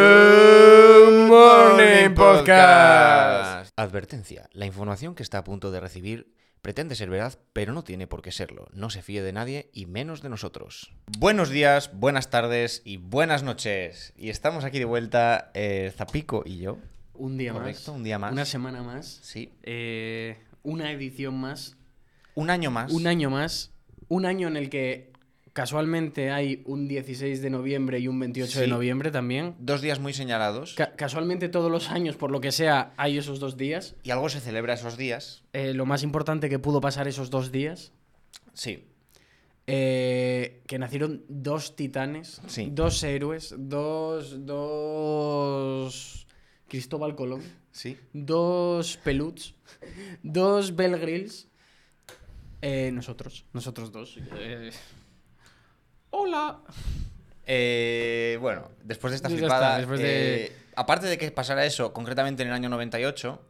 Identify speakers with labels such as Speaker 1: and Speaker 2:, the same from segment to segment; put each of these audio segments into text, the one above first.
Speaker 1: Good Morning Podcast.
Speaker 2: Advertencia. La información que está a punto de recibir pretende ser verdad, pero no tiene por qué serlo. No se fíe de nadie y menos de nosotros. Buenos días, buenas tardes y buenas noches. Y estamos aquí de vuelta, eh, Zapico y yo.
Speaker 3: Un día
Speaker 2: Correcto,
Speaker 3: más.
Speaker 2: un día más.
Speaker 3: Una semana más.
Speaker 2: Sí.
Speaker 3: eh, una edición más.
Speaker 2: Un año más.
Speaker 3: Un año más. Un año en el que casualmente hay un 16 de noviembre y un 28 de
Speaker 2: Sí.
Speaker 3: noviembre también.
Speaker 2: Dos días muy señalados.
Speaker 3: Ca- casualmente todos los años, por lo que sea, hay esos dos días.
Speaker 2: y algo se celebra esos días.
Speaker 3: Eh, lo más importante que pudo pasar esos dos días.
Speaker 2: Sí.
Speaker 3: eh, que nacieron dos titanes,
Speaker 2: Sí.
Speaker 3: dos héroes, dos. dos. Cristóbal Colón,
Speaker 2: Sí.
Speaker 3: dos Peluts, dos Belgrills. Eh, nosotros, nosotros dos. Eh, Hola.
Speaker 2: Eh, bueno, después de esta
Speaker 3: Pues Ya
Speaker 2: flipada,
Speaker 3: está, después de-
Speaker 2: eh, aparte de que pasara eso, concretamente en el año 98,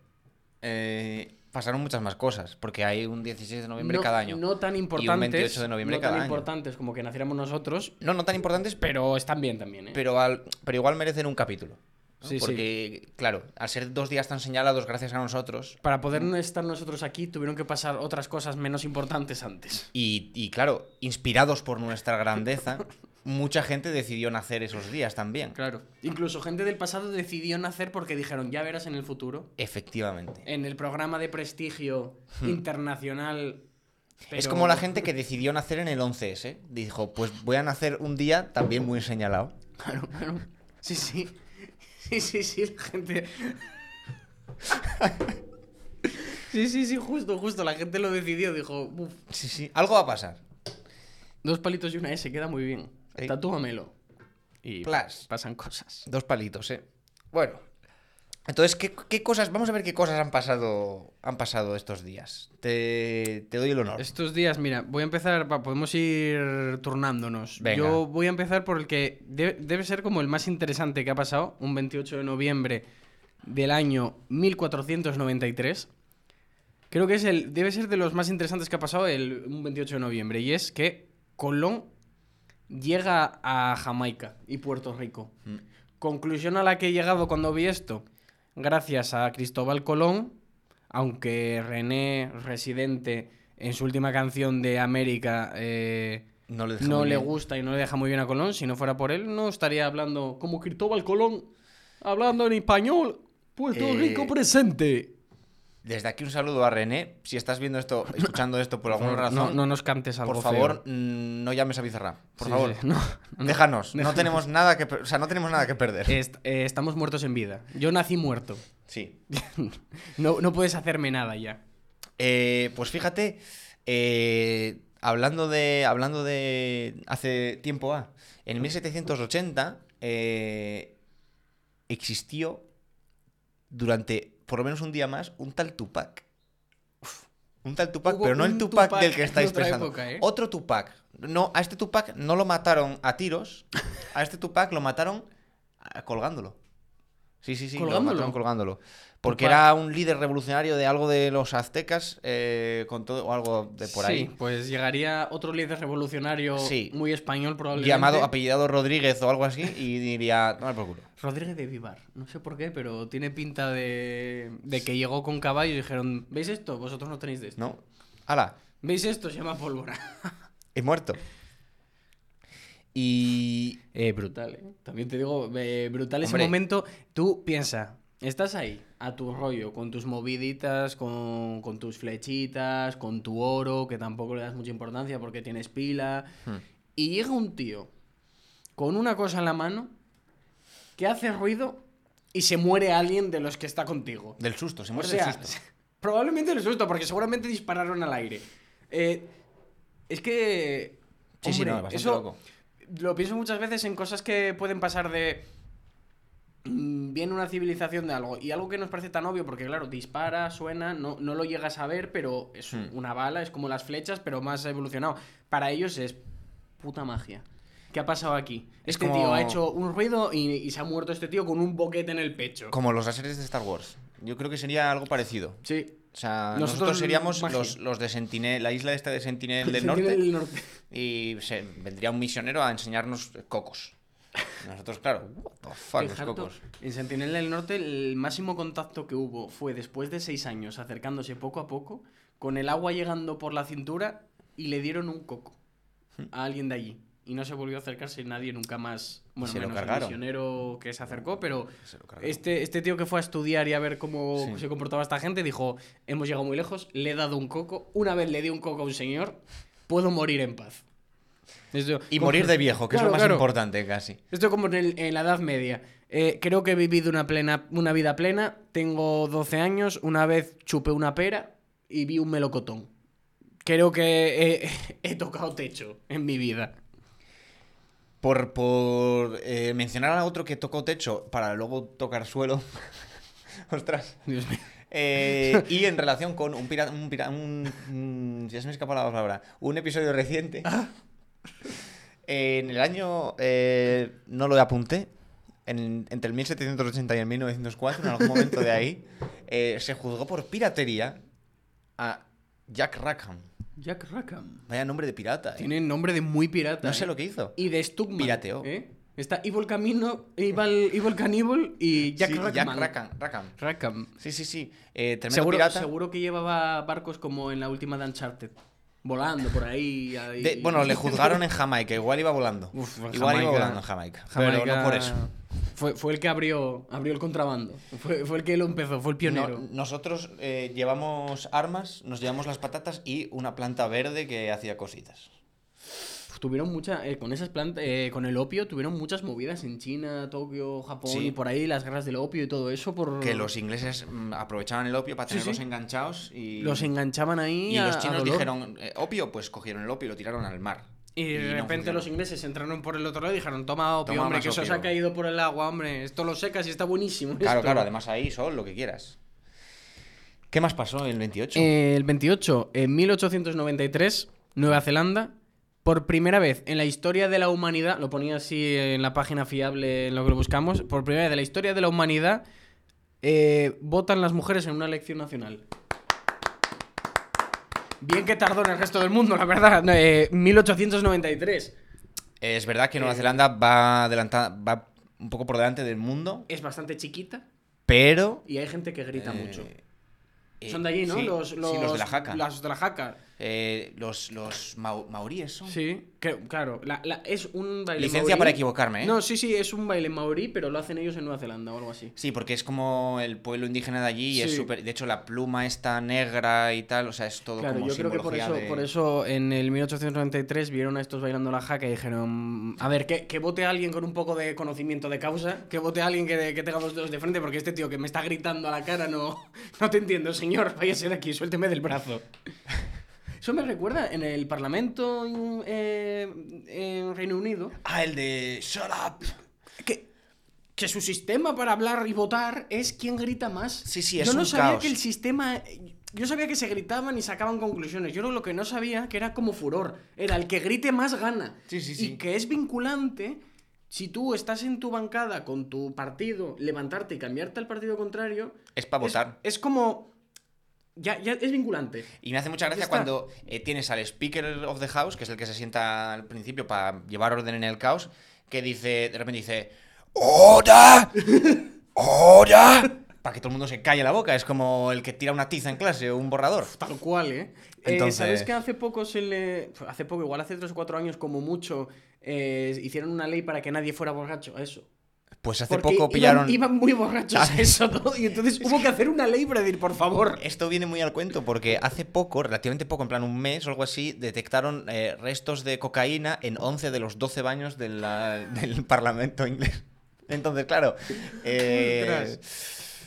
Speaker 2: eh, pasaron muchas más cosas, porque hay un 16 de noviembre
Speaker 3: no,
Speaker 2: cada año.
Speaker 3: No tan importantes.
Speaker 2: 28 de noviembre
Speaker 3: no
Speaker 2: cada
Speaker 3: tan
Speaker 2: año.
Speaker 3: importantes como que naciéramos nosotros,
Speaker 2: No, no tan importantes, pero,
Speaker 3: pero están bien también, ¿eh?
Speaker 2: pero, al- pero igual merecen un capítulo. ¿no?
Speaker 3: Sí, sí.
Speaker 2: porque, claro, al ser dos días tan señalados gracias a nosotros,
Speaker 3: Para poder no estar nosotros aquí, tuvieron que pasar otras cosas menos importantes antes.
Speaker 2: y, y, claro, inspirados por nuestra grandeza, mucha gente decidió nacer esos días también.
Speaker 3: Claro. Incluso gente del pasado decidió nacer porque dijeron, ya verás en el futuro.
Speaker 2: Efectivamente.
Speaker 3: En el programa de prestigio internacional.
Speaker 2: Hmm. Es
Speaker 3: pero-
Speaker 2: como la gente que decidió nacer en el 11S. Dijo, pues voy a nacer un día también muy señalado.
Speaker 3: Claro, claro. Sí, sí. Sí, sí, sí, la gente. Sí, sí, sí, justo, justo. La gente lo decidió. Dijo, "Uf,
Speaker 2: Sí, sí. Algo va a pasar.
Speaker 3: dos palitos y una S, queda muy bien.
Speaker 2: Ey.
Speaker 3: Tatúamelo. Y
Speaker 2: Plas.
Speaker 3: pasan cosas.
Speaker 2: Dos palitos, ¿eh? Bueno. Entonces, ¿qué, qué cosas? Vamos a ver qué cosas han pasado, han pasado estos días. Te, te doy el honor.
Speaker 3: Estos días, mira, voy a empezar. va, podemos ir turnándonos.
Speaker 2: Venga.
Speaker 3: Yo voy a empezar por el que de- debe ser como el más interesante que ha pasado. Un 28 de noviembre del año 1493. Creo que es el, debe ser de los más interesantes que ha pasado el un 28 de noviembre. Y es que Colón llega a Jamaica y Puerto Rico.
Speaker 2: Mm.
Speaker 3: Conclusión a la que he llegado cuando vi esto. Gracias a Cristóbal Colón, aunque René Residente en su última canción de América eh,
Speaker 2: No le, deja
Speaker 3: no
Speaker 2: muy
Speaker 3: le
Speaker 2: bien.
Speaker 3: gusta y no le deja muy bien a Colón, si no fuera por él no estaría hablando como Cristóbal Colón, hablando en español, Puerto
Speaker 2: Eh,
Speaker 3: Rico presente.
Speaker 2: Desde aquí un saludo a René. Si estás viendo esto, escuchando esto por alguna razón,
Speaker 3: no, no nos cantes algo
Speaker 2: por
Speaker 3: feo.
Speaker 2: favor, mm, no llames a Bizarra. Por
Speaker 3: Sí,
Speaker 2: favor,
Speaker 3: sí, no, no.
Speaker 2: déjanos. No tenemos nada que, per- o sea, no tenemos nada que perder.
Speaker 3: Est- eh, estamos muertos en vida. Yo nací muerto.
Speaker 2: Sí.
Speaker 3: No, no puedes hacerme nada ya.
Speaker 2: Eh, pues fíjate, eh, hablando de. Hablando de. hace tiempo ah, en 1780 eh, existió durante por lo menos un día más un tal Tupac. Un tal Tupac,
Speaker 3: Hubo
Speaker 2: pero no el
Speaker 3: un
Speaker 2: Tupac,
Speaker 3: Tupac
Speaker 2: del que
Speaker 3: en
Speaker 2: estáis
Speaker 3: otra
Speaker 2: pensando.
Speaker 3: época, ¿eh?
Speaker 2: Otro Tupac. No, a este Tupac no lo mataron a tiros. A este Tupac lo mataron ah, colgándolo. Sí, sí, sí, lo
Speaker 3: ¿Colgándolo?
Speaker 2: mataron colgándolo. Porque
Speaker 3: Tupac.
Speaker 2: era un líder revolucionario de algo de los aztecas eh, con todo, o algo de por
Speaker 3: Sí,
Speaker 2: ahí.
Speaker 3: pues llegaría otro líder revolucionario
Speaker 2: Sí.
Speaker 3: muy español probablemente.
Speaker 2: Llamado, apellidado Rodríguez o algo así, y diría, no por culo.
Speaker 3: Rodríguez de Vivar. No sé por qué, pero tiene pinta de, de que llegó con caballo y dijeron, ¿veis esto? Vosotros no tenéis de esto.
Speaker 2: ¿No? ¡Hala!
Speaker 3: ¿Veis esto? Se llama pólvora.
Speaker 2: He muerto. Y.
Speaker 3: Eh, brutal, ¿eh? También te digo, eh, brutal ese
Speaker 2: Hombre.
Speaker 3: momento. Tú piensa, estás ahí, a tu rollo, con tus moviditas, con, con tus flechitas, con tu oro, que tampoco le das mucha importancia porque tienes pila.
Speaker 2: Hmm.
Speaker 3: Y llega un tío con una cosa en la mano que hace ruido y se muere alguien de los que está contigo.
Speaker 2: Del susto, se
Speaker 3: O
Speaker 2: muere
Speaker 3: sea,
Speaker 2: del susto.
Speaker 3: probablemente el susto, porque seguramente dispararon al aire. Eh, es que.
Speaker 2: Sí, sí,
Speaker 3: hombre,
Speaker 2: no, bastante
Speaker 3: eso
Speaker 2: loco.
Speaker 3: Lo pienso muchas veces en cosas que pueden pasar de. mm, Viene una civilización de algo y algo que nos parece tan obvio, porque claro, dispara, suena, no, no lo llegas a ver, pero es
Speaker 2: Hmm.
Speaker 3: una bala, es como las flechas, pero más evolucionado. Para ellos es puta magia. ¿Qué ha pasado aquí?
Speaker 2: Es
Speaker 3: este
Speaker 2: como-
Speaker 3: tío ha hecho un ruido y, y se ha muerto este tío con un boquete en el pecho.
Speaker 2: Como los láseres de Star Wars. Yo creo que sería algo parecido.
Speaker 3: Sí.
Speaker 2: O sea,
Speaker 3: Nosotros
Speaker 2: nosotros, seríamos
Speaker 3: magia.
Speaker 2: los, los de Sentinel, la isla esta de Sentinel del
Speaker 3: Sentinel
Speaker 2: Norte.
Speaker 3: del norte.
Speaker 2: Y se- vendría un misionero a enseñarnos cocos. Nosotros, claro, what the fuck, los
Speaker 3: Fijaros,
Speaker 2: cocos.
Speaker 3: En Sentinela del Norte el máximo contacto que hubo fue después de seis años acercándose poco a poco, con el agua llegando por la cintura y le dieron un coco a alguien de allí. Y no se volvió a acercarse nadie nunca más. Bueno,
Speaker 2: se lo
Speaker 3: menos el
Speaker 2: cargaron.
Speaker 3: misionero que se acercó, pero
Speaker 2: Se lo cargaron.
Speaker 3: este, este tío que fue a estudiar y a ver cómo
Speaker 2: Sí.
Speaker 3: se comportaba esta gente dijo, hemos llegado muy lejos, le he dado un coco, una vez le di un coco a un señor, puedo morir en paz. Esto-
Speaker 2: Y
Speaker 3: como-
Speaker 2: morir de viejo, que es
Speaker 3: Claro,
Speaker 2: lo más
Speaker 3: claro.
Speaker 2: importante casi.
Speaker 3: Esto como en, el- en la Edad Media. Eh, creo que he vivido una, plena, una vida plena. Tengo 12 años. Una vez chupé una pera y vi un melocotón. Creo que eh, he, tocado techo en mi vida.
Speaker 2: Por, por eh, mencionar a otro que tocó techo para luego tocar suelo. Ostras.
Speaker 3: Dios mío.
Speaker 2: Eh, y en relación con un pirata. Un pira- un- un- ya se me escapa la palabra. Un episodio reciente.
Speaker 3: Ah.
Speaker 2: En el año. eh, no lo apunté. en- entre el 1780 y el 1904, en algún momento de ahí, eh, se juzgó por piratería a Jack Rackham.
Speaker 3: Jack Rackham.
Speaker 2: Vaya nombre de pirata. eh.
Speaker 3: Tiene nombre de muy pirata.
Speaker 2: No sé
Speaker 3: eh.
Speaker 2: lo que hizo.
Speaker 3: Y de Stuckman.
Speaker 2: Pirateó.
Speaker 3: ¿eh? Está Evil Camino, Evil, Evil Cannibal y Jack
Speaker 2: Sí,
Speaker 3: Rackham.
Speaker 2: Rackham, Rackham.
Speaker 3: Rackham.
Speaker 2: Sí, sí, sí. Eh, tremendo
Speaker 3: Seguro,
Speaker 2: pirata.
Speaker 3: seguro que llevaba barcos como en la última de Uncharted. Volando por ahí. ahí.
Speaker 2: De- bueno, le juzgaron en Jamaica, igual iba volando.
Speaker 3: Uf,
Speaker 2: igual
Speaker 3: Jamaica.
Speaker 2: iba volando en Jamaica, Pero
Speaker 3: Jamaica
Speaker 2: no por eso.
Speaker 3: Fue, fue el que abrió, abrió el contrabando. Fue, fue el que lo empezó, fue el pionero.
Speaker 2: No, nosotros eh, llevamos armas, nos llevamos las patatas y una planta verde que hacía cositas.
Speaker 3: Uf, Tuvieron mucha, eh, con esas plantas, con el opio, tuvieron muchas movidas en China, Tokio, Japón
Speaker 2: Sí.
Speaker 3: y por ahí, las guerras del opio y todo eso. Por...
Speaker 2: Que los ingleses mm, aprovechaban el opio para
Speaker 3: Sí,
Speaker 2: tenerlos
Speaker 3: sí.
Speaker 2: enganchados y,
Speaker 3: los enganchaban ahí.
Speaker 2: y
Speaker 3: a-
Speaker 2: los
Speaker 3: a
Speaker 2: chinos
Speaker 3: dolor.
Speaker 2: dijeron eh, opio, pues cogieron el opio y lo tiraron al mar.
Speaker 3: Y de
Speaker 2: no
Speaker 3: repente
Speaker 2: funcionó.
Speaker 3: los ingleses entraron por el otro lado y dijeron: Toma opio,
Speaker 2: Toma
Speaker 3: hombre,
Speaker 2: más
Speaker 3: que eso se
Speaker 2: opio".
Speaker 3: ha caído por el agua, hombre. Esto lo secas y está buenísimo.
Speaker 2: Claro,
Speaker 3: esto".
Speaker 2: claro, además ahí son lo que quieras. ¿Qué más pasó en el 28?
Speaker 3: Eh, el 28, en 1893, Nueva Zelanda, por primera vez en la historia de la humanidad, lo ponía así en la página fiable en lo que lo buscamos, por primera vez en la historia de la humanidad, eh, votan las mujeres en una elección nacional. Bien que tardó en el resto del mundo, la verdad. No, eh, 1893.
Speaker 2: Es verdad que Nueva
Speaker 3: Eh,
Speaker 2: Zelanda va adelantada, va un poco por delante del mundo,
Speaker 3: Es bastante chiquita
Speaker 2: pero
Speaker 3: y hay gente que grita
Speaker 2: Eh,
Speaker 3: mucho.
Speaker 2: eh,
Speaker 3: Son de allí, ¿no?
Speaker 2: sí,
Speaker 3: los,
Speaker 2: sí,
Speaker 3: los,
Speaker 2: de la jaca.
Speaker 3: Los de la jaca.
Speaker 2: Eh, los los mau- maoríes son.
Speaker 3: Sí, que- claro. la- la- es un baile
Speaker 2: Licencia
Speaker 3: maorí.
Speaker 2: para equivocarme, ¿eh?
Speaker 3: No, sí, sí, es un baile maorí, pero lo hacen ellos en Nueva Zelanda o algo así.
Speaker 2: Sí, porque es como el pueblo indígena de allí y es
Speaker 3: Sí.
Speaker 2: súper. De hecho, la pluma está negra y tal, o sea, es todo
Speaker 3: Claro,
Speaker 2: como
Speaker 3: yo creo que por eso,
Speaker 2: simbología de-
Speaker 3: por eso en el 1893 vieron a estos bailando la jaca y dijeron, a ver, que, que vote a alguien con un poco de conocimiento de causa, que vote a alguien que, que tenga dos dedos de frente, porque este tío que me está gritando a la cara no, no te entiendo, señor, váyase de aquí, suélteme del brazo. Eso me recuerda en el Parlamento en, eh, en Reino Unido,
Speaker 2: Ah, el de Shut up.
Speaker 3: que, que su sistema para hablar y votar es quien grita más.
Speaker 2: Sí, sí, es
Speaker 3: Yo no
Speaker 2: un
Speaker 3: sabía
Speaker 2: caos.
Speaker 3: que el sistema. Yo sabía que se gritaban y sacaban conclusiones. Yo lo que no sabía que era como furor. Era el que grite más gana.
Speaker 2: Sí, sí,
Speaker 3: Y
Speaker 2: sí.
Speaker 3: que es vinculante. Si tú estás en tu bancada con tu partido, levantarte y cambiarte al partido contrario.
Speaker 2: Es para
Speaker 3: es-
Speaker 2: votar.
Speaker 3: Es, como. Ya, ya es vinculante.
Speaker 2: Y me hace mucha gracia
Speaker 3: está.
Speaker 2: cuando eh, tienes al Speaker of the House, que es el que se sienta al principio para llevar orden en el caos, que dice, de repente dice, ¡Hola! ¡Hola! Para que todo el mundo se calle la boca, es como el que tira una tiza en clase o un borrador.
Speaker 3: Tal cual, ¿eh? Eh,
Speaker 2: Entonces-
Speaker 3: ¿Sabes que hace poco se le. Hace poco, igual hace tres o cuatro años, como mucho, eh, hicieron una ley para que nadie fuera borracho? a Eso.
Speaker 2: Pues hace
Speaker 3: Porque
Speaker 2: poco
Speaker 3: iban-
Speaker 2: pillaron...
Speaker 3: Iban, muy borrachos a eso, ¿no? Y entonces hubo que hacer una ley para decir, por favor.
Speaker 2: Esto viene muy al cuento porque hace poco, relativamente poco, en plan un mes o algo así, detectaron eh, restos de cocaína en 11 de los 12 baños de la- del Parlamento inglés. Entonces, claro, eh,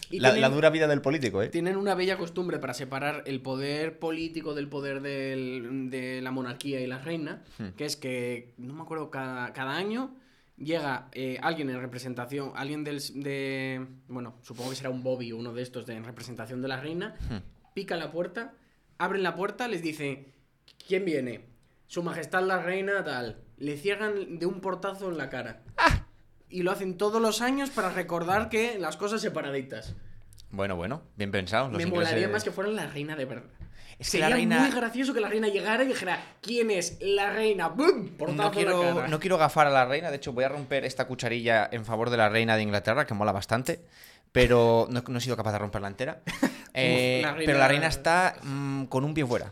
Speaker 3: Y
Speaker 2: la,
Speaker 3: tienen-
Speaker 2: la dura vida del político, ¿eh?
Speaker 3: Tienen una bella costumbre para separar el poder político del poder del- de la monarquía y la reina,
Speaker 2: Hmm.
Speaker 3: que es que, no me acuerdo, cada, cada año llega eh, alguien en representación, alguien del, s- de, bueno, supongo que será un Bobby o uno de estos de, en representación de la reina,
Speaker 2: Hmm.
Speaker 3: pica la puerta, abren la puerta, les dice, ¿quién viene? Su Majestad la Reina tal. Le cierran de un portazo en
Speaker 2: ¡Ah!
Speaker 3: la cara. Y lo hacen todos los años para recordar que las cosas separaditas.
Speaker 2: Bueno, bueno, bien pensado. los
Speaker 4: Me
Speaker 2: ingleses-
Speaker 4: molaría más que fueran la reina de verdad.
Speaker 2: Es que
Speaker 4: Sería
Speaker 2: la reina.
Speaker 4: muy gracioso que la reina llegara y dijera ¿Quién es la reina? ¡Bum! Portazo
Speaker 2: No
Speaker 4: en la
Speaker 2: quiero,
Speaker 4: cara.
Speaker 2: no quiero gafar a la reina, de hecho voy a romper esta cucharilla en favor de la reina de Inglaterra, que mola bastante, pero no, no he sido capaz de romperla entera. Eh,
Speaker 4: la reina-
Speaker 2: Pero la reina está mm, con un pie fuera.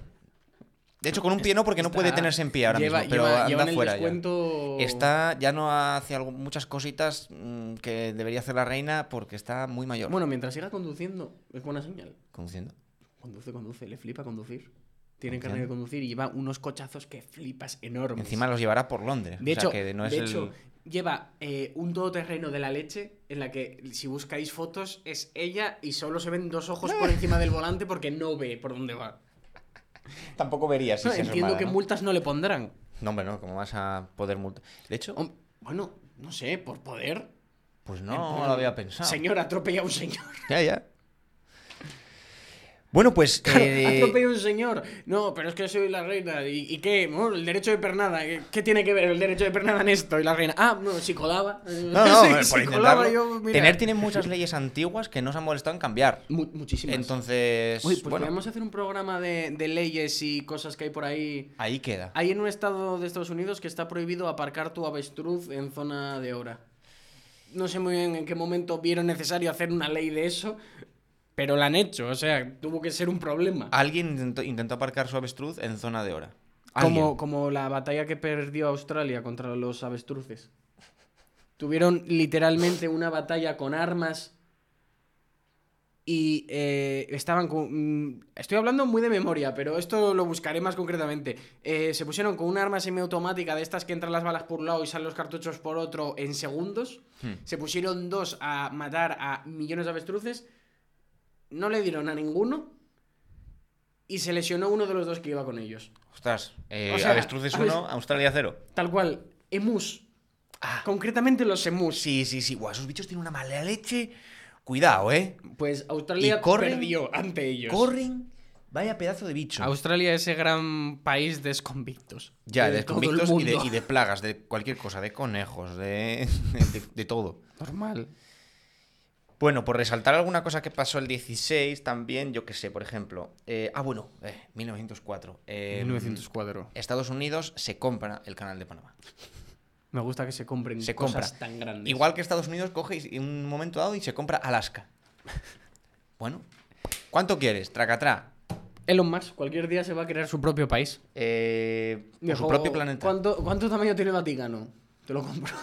Speaker 2: De hecho, con un pie no, porque no puede
Speaker 3: Está-
Speaker 2: tenerse en pie ahora
Speaker 3: lleva-
Speaker 2: mismo, pero
Speaker 3: lleva- llevan
Speaker 2: anda
Speaker 3: el
Speaker 2: fuera ya.
Speaker 3: descuento-
Speaker 2: Está, ya no hace algo- muchas cositas mm, que debería hacer la reina porque está muy mayor.
Speaker 3: Bueno, mientras siga conduciendo, es buena señal.
Speaker 2: Conduciendo.
Speaker 3: Conduce, conduce, le flipa conducir. Tiene
Speaker 2: Entiendo.
Speaker 3: carne de conducir y lleva unos cochazos que flipas enormes.
Speaker 2: Encima los llevará por Londres.
Speaker 3: de
Speaker 2: o sea
Speaker 3: hecho,
Speaker 2: que no es
Speaker 3: de
Speaker 2: el-
Speaker 3: hecho, lleva eh, un todoterreno de la leche en la que, si buscáis fotos, es ella y solo se ven dos ojos por encima del volante porque no ve por dónde va.
Speaker 2: Tampoco vería si
Speaker 3: No,
Speaker 2: se
Speaker 3: Ah, entiendo
Speaker 2: asomara,
Speaker 3: que
Speaker 2: ¿no?
Speaker 3: multas no le pondrán.
Speaker 2: No, hombre, no, ¿cómo vas a poder multar? De hecho,
Speaker 3: Hom- Bueno, no sé, por poder.
Speaker 2: pues
Speaker 3: En
Speaker 2: no,
Speaker 3: plan,
Speaker 2: lo había pensado.
Speaker 3: Señor, atropella a un señor.
Speaker 2: Ya, ya. Bueno, pues. eh,
Speaker 3: Atropella a un señor. No, pero es que soy la reina. ¿Y, y qué? Bueno, el derecho de pernada. ¿Qué, qué tiene que ver el derecho de pernada en esto? Y la reina. Ah, no, si colaba. eh,
Speaker 2: no, no,
Speaker 3: si-
Speaker 2: por
Speaker 3: si
Speaker 2: intentarlo.
Speaker 3: colaba yo, mira.
Speaker 2: Tener tiene muchas leyes antiguas que no se han molestado en cambiar.
Speaker 3: Mu- muchísimas.
Speaker 2: Entonces.
Speaker 3: Uy, pues
Speaker 2: bueno,
Speaker 3: podríamos hacer un programa de, de leyes y cosas que hay por ahí.
Speaker 2: ahí queda.
Speaker 3: Hay en un estado de Estados Unidos que está prohibido aparcar tu avestruz en zona de hora. No sé muy bien en qué momento vieron necesario hacer una ley de eso, pero la han hecho. O sea, tuvo que ser un problema.
Speaker 2: Alguien intentó, intentó aparcar su avestruz en zona de hora.
Speaker 3: Como,
Speaker 2: Alguien.
Speaker 3: como la batalla que perdió Australia contra los avestruces. Tuvieron literalmente una batalla con armas y eh, estaban con... mm, Estoy hablando muy de memoria, pero esto lo buscaré más concretamente. Eh, se pusieron con una arma semiautomática de estas que entran las balas por un lado y salen los cartuchos por otro en segundos.
Speaker 2: Hmm.
Speaker 3: Se pusieron dos a matar a millones de avestruces. No le dieron a ninguno. Y se lesionó uno de los dos que iba con ellos.
Speaker 2: Ostras, eh,
Speaker 3: O sea,
Speaker 2: avestruces
Speaker 3: habéis-
Speaker 2: 1, Australia 0.
Speaker 3: Tal cual, emus.
Speaker 2: Ah.
Speaker 3: Concretamente los emus.
Speaker 2: Sí, sí, sí. Buah, esos bichos tienen una mala leche. Cuidado, ¿eh?
Speaker 3: Pues Australia
Speaker 2: Y corren-
Speaker 3: perdió ante ellos.
Speaker 2: Corren. Vaya pedazo de bicho.
Speaker 3: Australia es ese gran país de desconvictos.
Speaker 2: Ya, de,
Speaker 3: todo el
Speaker 2: convictos y de,
Speaker 3: mundo.
Speaker 2: y de plagas, de cualquier cosa, de conejos, de- de, de todo.
Speaker 3: Normal.
Speaker 2: Bueno, por resaltar alguna cosa que pasó el 16 también, yo qué sé, por ejemplo. eh, ah, bueno, eh, 1904. eh, Estados Unidos se compra el canal de Panamá.
Speaker 3: Me gusta que se compren
Speaker 2: Se
Speaker 3: cosas
Speaker 2: compra.
Speaker 3: tan grandes.
Speaker 2: Igual que Estados Unidos coge y en un momento dado y se compra Alaska. Bueno, ¿cuánto quieres? Tracatrá.
Speaker 3: Elon Musk cualquier día se va a crear su propio país.
Speaker 2: Eh, por su
Speaker 3: Dijo,
Speaker 2: propio planeta.
Speaker 3: ¿cuánto, cuánto tamaño tiene el Vaticano? Te lo compro.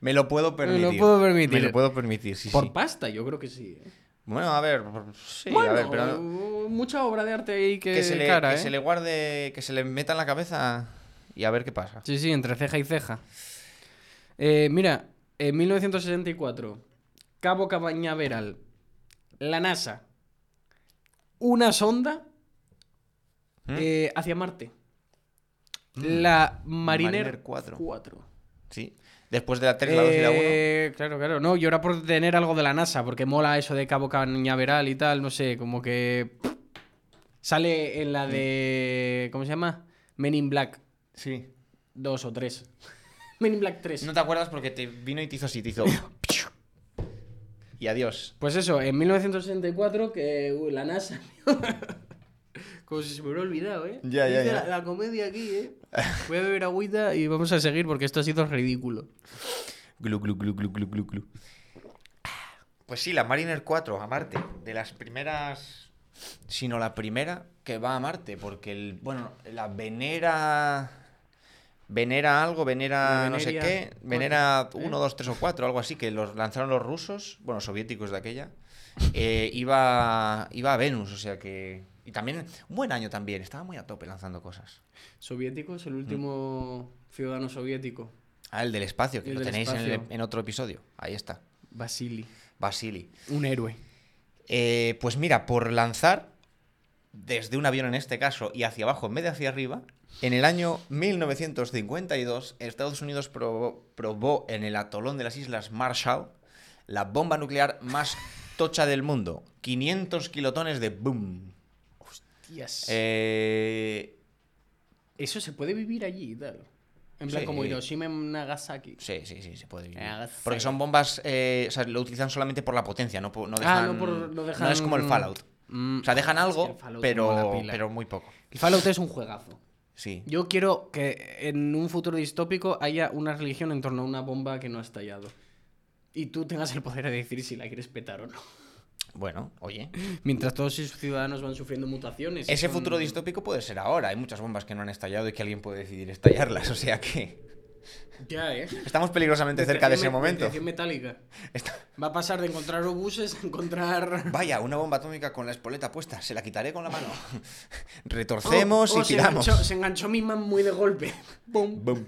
Speaker 2: Me lo puedo permitir.
Speaker 3: puedo permitir.
Speaker 2: Me lo puedo permitir, sí,
Speaker 3: Por
Speaker 2: sí.
Speaker 3: pasta, yo creo que sí. ¿eh?
Speaker 2: Bueno, a ver, por- sí,
Speaker 3: bueno,
Speaker 2: a ver, pero...
Speaker 3: mucha obra de arte ahí que,
Speaker 2: Que se, le,
Speaker 3: cara,
Speaker 2: que
Speaker 3: ¿eh?
Speaker 2: se le guarde, que se le meta en la cabeza y a ver qué pasa.
Speaker 3: Sí, sí, entre ceja y ceja. Eh, mira, en 1964, Cabo Cabañaveral, la NASA, una sonda
Speaker 2: ¿Mm?
Speaker 3: eh, hacia Marte. La Mariner,
Speaker 2: Mariner 4.
Speaker 3: 4.
Speaker 2: Sí. Después de la 3, la 2 y la 1.
Speaker 3: Eh, claro, claro. No, yo era por tener algo de la NASA, porque mola eso de Cabo Cañaveral y tal, no sé, como que. Sale en la de. ¿Cómo se llama? Men in Black
Speaker 2: Sí.
Speaker 3: 2 o 3. Men in Black 3.
Speaker 2: No te acuerdas porque te vino y te hizo así, te hizo. y adiós.
Speaker 3: Pues eso, en 1964, que uy, la NASA. Como si se me hubiera olvidado, ¿eh?
Speaker 2: Ya, ya,
Speaker 3: Dice
Speaker 2: ya.
Speaker 3: La, la comedia aquí, ¿eh? Voy a beber agüita y vamos a seguir porque esto ha sido ridículo.
Speaker 2: Glu, glu, glu, glu, glu, glu, glu. Pues sí, la Mariner 4 a Marte. De las primeras. Sino la primera que va a Marte. Porque el. Bueno, la Venera. Venera algo, venera
Speaker 3: La
Speaker 2: no sé
Speaker 3: Veneria
Speaker 2: qué,
Speaker 3: cuatro,
Speaker 2: venera
Speaker 3: ¿eh?
Speaker 2: 1, 2, 3 o 4, algo así, que los lanzaron los rusos, bueno, soviéticos de aquella, eh, iba, iba a Venus, o sea que... Y también, un buen año también, estaba muy a tope lanzando cosas.
Speaker 3: Soviético es el último ciudadano soviético.
Speaker 2: Ah, el del espacio, que
Speaker 3: El
Speaker 2: lo
Speaker 3: del
Speaker 2: tenéis en, el-
Speaker 3: espacio.
Speaker 2: en otro episodio. Ahí está.
Speaker 3: Vasily.
Speaker 2: Vasily.
Speaker 3: Un héroe.
Speaker 2: Eh, pues mira, por lanzar desde un avión en este caso y hacia abajo en vez de hacia arriba, en el año 1952 Estados Unidos probó, probó en el atolón de las Islas Marshall la bomba nuclear más tocha del mundo. 500 kilotones de boom.
Speaker 3: Tías.
Speaker 2: Eh,
Speaker 3: Eso se puede vivir allí y tal. En plan
Speaker 2: Sí.
Speaker 3: como Hiroshima en Nagasaki.
Speaker 2: Sí, sí, sí, se puede. dividir.
Speaker 3: Nagasaki.
Speaker 2: Porque son bombas, eh, o sea, lo utilizan solamente por la potencia, no, po- no
Speaker 3: Ah,
Speaker 2: dejan,
Speaker 3: no, por, no dejan...
Speaker 2: es como el Fallout.
Speaker 3: Mm,
Speaker 2: O sea, dejan
Speaker 3: es que
Speaker 2: algo,
Speaker 3: el Fallout mola
Speaker 2: pero,
Speaker 3: pila.
Speaker 2: pero muy poco.
Speaker 3: El Fallout es un juegazo.
Speaker 2: Sí.
Speaker 3: Yo quiero que en un futuro distópico haya una religión en torno a una bomba que no ha estallado. Y tú tengas el poder de decir si la quieres petar o no.
Speaker 2: Bueno, oye.
Speaker 3: Mientras todos sus ciudadanos van sufriendo mutaciones. y
Speaker 2: Ese
Speaker 3: son-
Speaker 2: futuro distópico puede ser ahora. Hay muchas bombas que no han estallado y que alguien puede decidir estallarlas. O sea que
Speaker 3: Ya, ¿eh?
Speaker 2: estamos peligrosamente cerca de ese
Speaker 3: Detención me-
Speaker 2: momento.
Speaker 3: detención metálica.
Speaker 2: Está-
Speaker 3: Va a pasar de encontrar obuses a encontrar...
Speaker 2: Vaya, una bomba atómica con la espoleta puesta. Se la quitaré con la mano. Retorcemos
Speaker 3: Oh, oh,
Speaker 2: y
Speaker 3: se
Speaker 2: tiramos.
Speaker 3: enganchó- Se enganchó mi man muy de golpe. Bum.
Speaker 2: Bum.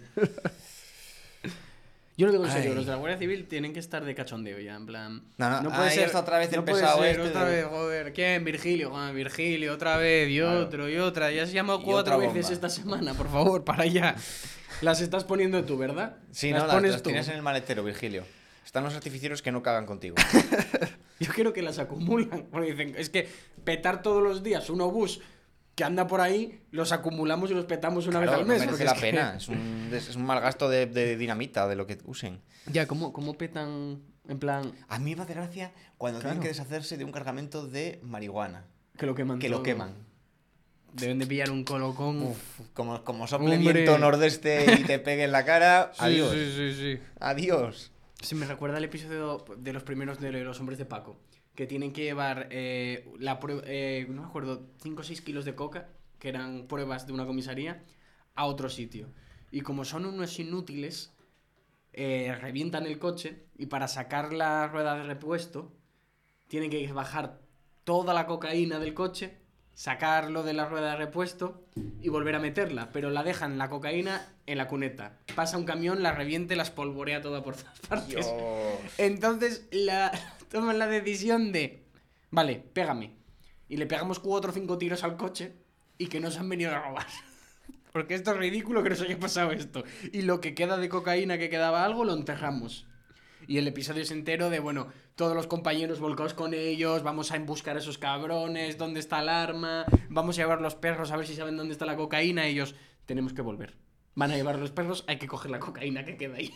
Speaker 3: Yo lo digo en serio,
Speaker 2: Ay.
Speaker 3: los de la Guardia Civil tienen que estar de cachondeo ya, en plan.
Speaker 2: No, no, ahí está otra vez el
Speaker 3: puede
Speaker 2: pesado
Speaker 3: ser,
Speaker 2: este
Speaker 3: Otra
Speaker 2: de-
Speaker 3: vez, joder. ¿Quién? Virgilio, Juan, Virgilio, otra vez, y
Speaker 2: Claro.
Speaker 3: otro, y otra. Ya has llamado
Speaker 2: Y otra
Speaker 3: cuatro veces
Speaker 2: bomba.
Speaker 3: esta semana, por favor, para allá. Las estás poniendo tú, ¿verdad?
Speaker 2: Sí,
Speaker 3: las
Speaker 2: no, las,
Speaker 3: pones
Speaker 2: las
Speaker 3: tú.
Speaker 2: tienes en el maletero, Virgilio. Están los artificieros que no cagan contigo.
Speaker 3: Yo quiero que las acumulan. Porque dicen, es que petar todos los días un obús que anda por ahí, los acumulamos y los petamos una
Speaker 2: Claro,
Speaker 3: vez al mes.
Speaker 2: no merece
Speaker 3: porque
Speaker 2: la
Speaker 3: es que-
Speaker 2: pena. Es, un, es un mal gasto de, de dinamita o de lo que usen.
Speaker 3: Ya, ¿cómo, ¿cómo petan? En plan,
Speaker 2: A mí me hace gracia cuando tienen
Speaker 3: Claro.
Speaker 2: que deshacerse de un cargamento de marihuana.
Speaker 3: que lo queman.
Speaker 2: Que lo
Speaker 3: todo.
Speaker 2: queman.
Speaker 3: Deben de pillar un colocón.
Speaker 2: Uf, como, como sople
Speaker 3: Hombre.
Speaker 2: viento nordeste y te pegue en la cara.
Speaker 3: Sí,
Speaker 2: adiós.
Speaker 3: Sí, sí, sí.
Speaker 2: Adiós.
Speaker 3: Sí, me recuerda el episodio de los primeros de los hombres de Paco, que tienen que llevar, eh, la prue- eh, no me acuerdo, 5 o 6 kilos de coca, que eran pruebas de una comisaría, a otro sitio. Y como son unos inútiles, eh, revientan el coche y para sacar la rueda de repuesto, tienen que bajar toda la cocaína del coche, sacarlo de la rueda de repuesto y volver a meterla. Pero la dejan la cocaína en la cuneta. Pasa un camión, la reviente, la espolvorea toda por todas partes. Entonces la, toman la decisión de, vale, pégame. Y le pegamos cuatro o cinco tiros al coche y que nos han venido a robar. Porque esto es ridículo que nos haya pasado esto. Y lo que queda de cocaína, que quedaba algo, lo enterramos. Y el episodio es entero de, bueno, todos los compañeros volcados con ellos, vamos a embuscar a esos cabrones, dónde está el arma, vamos a llevar los perros a ver si saben dónde está la cocaína, ellos, tenemos que volver. Van a llevar los perros, hay que coger la cocaína que queda ahí.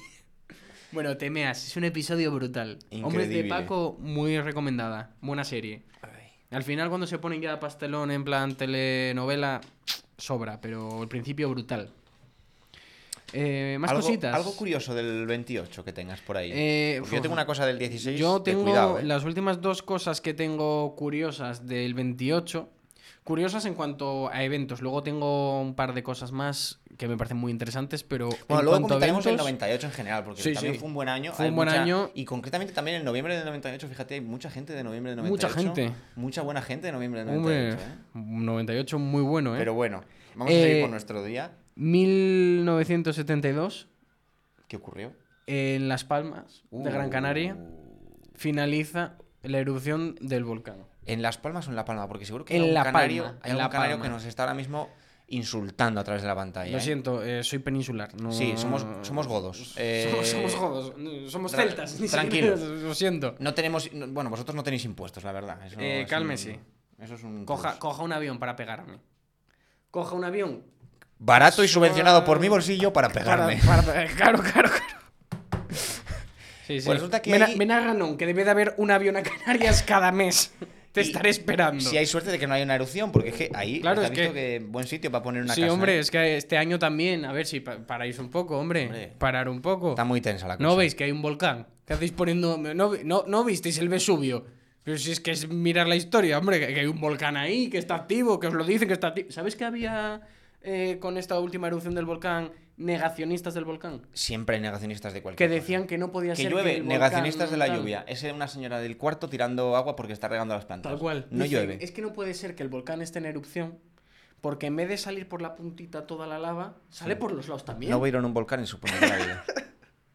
Speaker 3: Bueno, temeas, es un episodio brutal. Hombres de
Speaker 2: Increíble.
Speaker 3: Paco, muy recomendada, buena serie. Al final cuando se ponen ya pastelón en plan telenovela, sobra, pero el principio brutal. Eh, más
Speaker 2: algo,
Speaker 3: cositas.
Speaker 2: Algo curioso del 28 que tengas por ahí.
Speaker 3: Eh,
Speaker 2: Porque yo tengo una cosa del 16.
Speaker 3: Yo
Speaker 2: de
Speaker 3: tengo
Speaker 2: cuidado, ¿eh?
Speaker 3: las últimas dos cosas que tengo curiosas del 28. Curiosas en cuanto a eventos. Luego tengo un par de cosas más que me parecen muy interesantes, pero
Speaker 2: Bueno,
Speaker 3: en
Speaker 2: luego
Speaker 3: cuanto a
Speaker 2: comentaremos el
Speaker 3: eventos,
Speaker 2: 98 en general, porque
Speaker 3: Sí,
Speaker 2: también
Speaker 3: sí.
Speaker 2: fue un buen año.
Speaker 3: Fue
Speaker 2: hay
Speaker 3: un buen
Speaker 2: mucha-
Speaker 3: año.
Speaker 2: Y concretamente también en noviembre del 98, fíjate, hay mucha gente de noviembre del
Speaker 3: Mucha
Speaker 2: 98.
Speaker 3: gente.
Speaker 2: Mucha buena gente de noviembre del
Speaker 3: hombre,
Speaker 2: 98. ¿eh?
Speaker 3: 98 muy bueno, ¿eh?
Speaker 2: Pero bueno, vamos a seguir
Speaker 3: Eh,
Speaker 2: con nuestro día.
Speaker 3: 1972
Speaker 2: ¿Qué ocurrió?
Speaker 3: en Las Palmas de Gran Canaria
Speaker 2: Uh.
Speaker 3: finaliza la erupción del volcán.
Speaker 2: ¿En Las Palmas o en La Palma? Porque seguro que
Speaker 3: En
Speaker 2: hay algún
Speaker 3: La
Speaker 2: canario,
Speaker 3: Palma,
Speaker 2: hay
Speaker 3: en
Speaker 2: algún
Speaker 3: La
Speaker 2: canario
Speaker 3: Palma.
Speaker 2: que nos está ahora mismo insultando a través de la pantalla.
Speaker 3: Lo
Speaker 2: ¿eh?
Speaker 3: siento, eh, soy peninsular. no-
Speaker 2: Sí, somos, somos godos. Eh,
Speaker 3: Somos, somos godos, no, somos
Speaker 2: tra-
Speaker 3: celtas. ni
Speaker 2: tranquilos.
Speaker 3: siquiera- Lo siento.
Speaker 2: No tenemos. no- bueno, vosotros no tenéis impuestos, la verdad. Eso
Speaker 3: Eh,
Speaker 2: es un-
Speaker 3: cálmese.
Speaker 2: eso es un.
Speaker 3: Coja,
Speaker 2: plus.
Speaker 3: coja un avión para pegarme. Coja un avión.
Speaker 2: Barato y subvencionado por mi bolsillo para
Speaker 3: Para,
Speaker 2: pegarme.
Speaker 3: para, claro, claro, claro. Sí, sí.
Speaker 2: Pues resulta que
Speaker 3: Ven a-
Speaker 2: ahí-
Speaker 3: ven a Ganón, que debe de haber un avión a Canarias cada mes. Te
Speaker 2: Y
Speaker 3: estaré esperando.
Speaker 2: Si hay suerte de que no haya una erupción, porque es que ahí.
Speaker 3: Claro,
Speaker 2: está
Speaker 3: es
Speaker 2: visto
Speaker 3: que-
Speaker 2: que... Buen sitio para poner una
Speaker 3: sí,
Speaker 2: casa. ¿eh?
Speaker 3: hombre, es que este año también. A ver si pa- paráis un poco, hombre.
Speaker 2: Hombre.
Speaker 3: Parar un poco.
Speaker 2: Está muy tensa la cosa.
Speaker 3: ¿No veis que hay un volcán? ¿Qué hacéis poniendo.? ¿No, vi- no, no visteis el Vesubio? Pero si es que es mirar la historia, hombre, que, que hay un volcán ahí, que está activo, que os lo dicen, que está activo. ¿Sabéis que había eh, con esta última erupción del volcán negacionistas del volcán?
Speaker 2: Siempre hay negacionistas de
Speaker 3: Que
Speaker 2: cualquier cosa.
Speaker 3: decían que no podía
Speaker 2: que
Speaker 3: ser.
Speaker 2: llueve,
Speaker 3: el volcán
Speaker 2: negacionistas de la
Speaker 3: tal.
Speaker 2: lluvia. Es una señora del cuarto tirando agua porque está regando las plantas.
Speaker 3: Tal cual.
Speaker 2: No
Speaker 3: Dicen,
Speaker 2: llueve.
Speaker 3: Es que no puede ser que el volcán esté en erupción, porque en vez de salir por la puntita toda la lava, sale por los lados también.
Speaker 2: No vieron un volcán en su puñetera vida.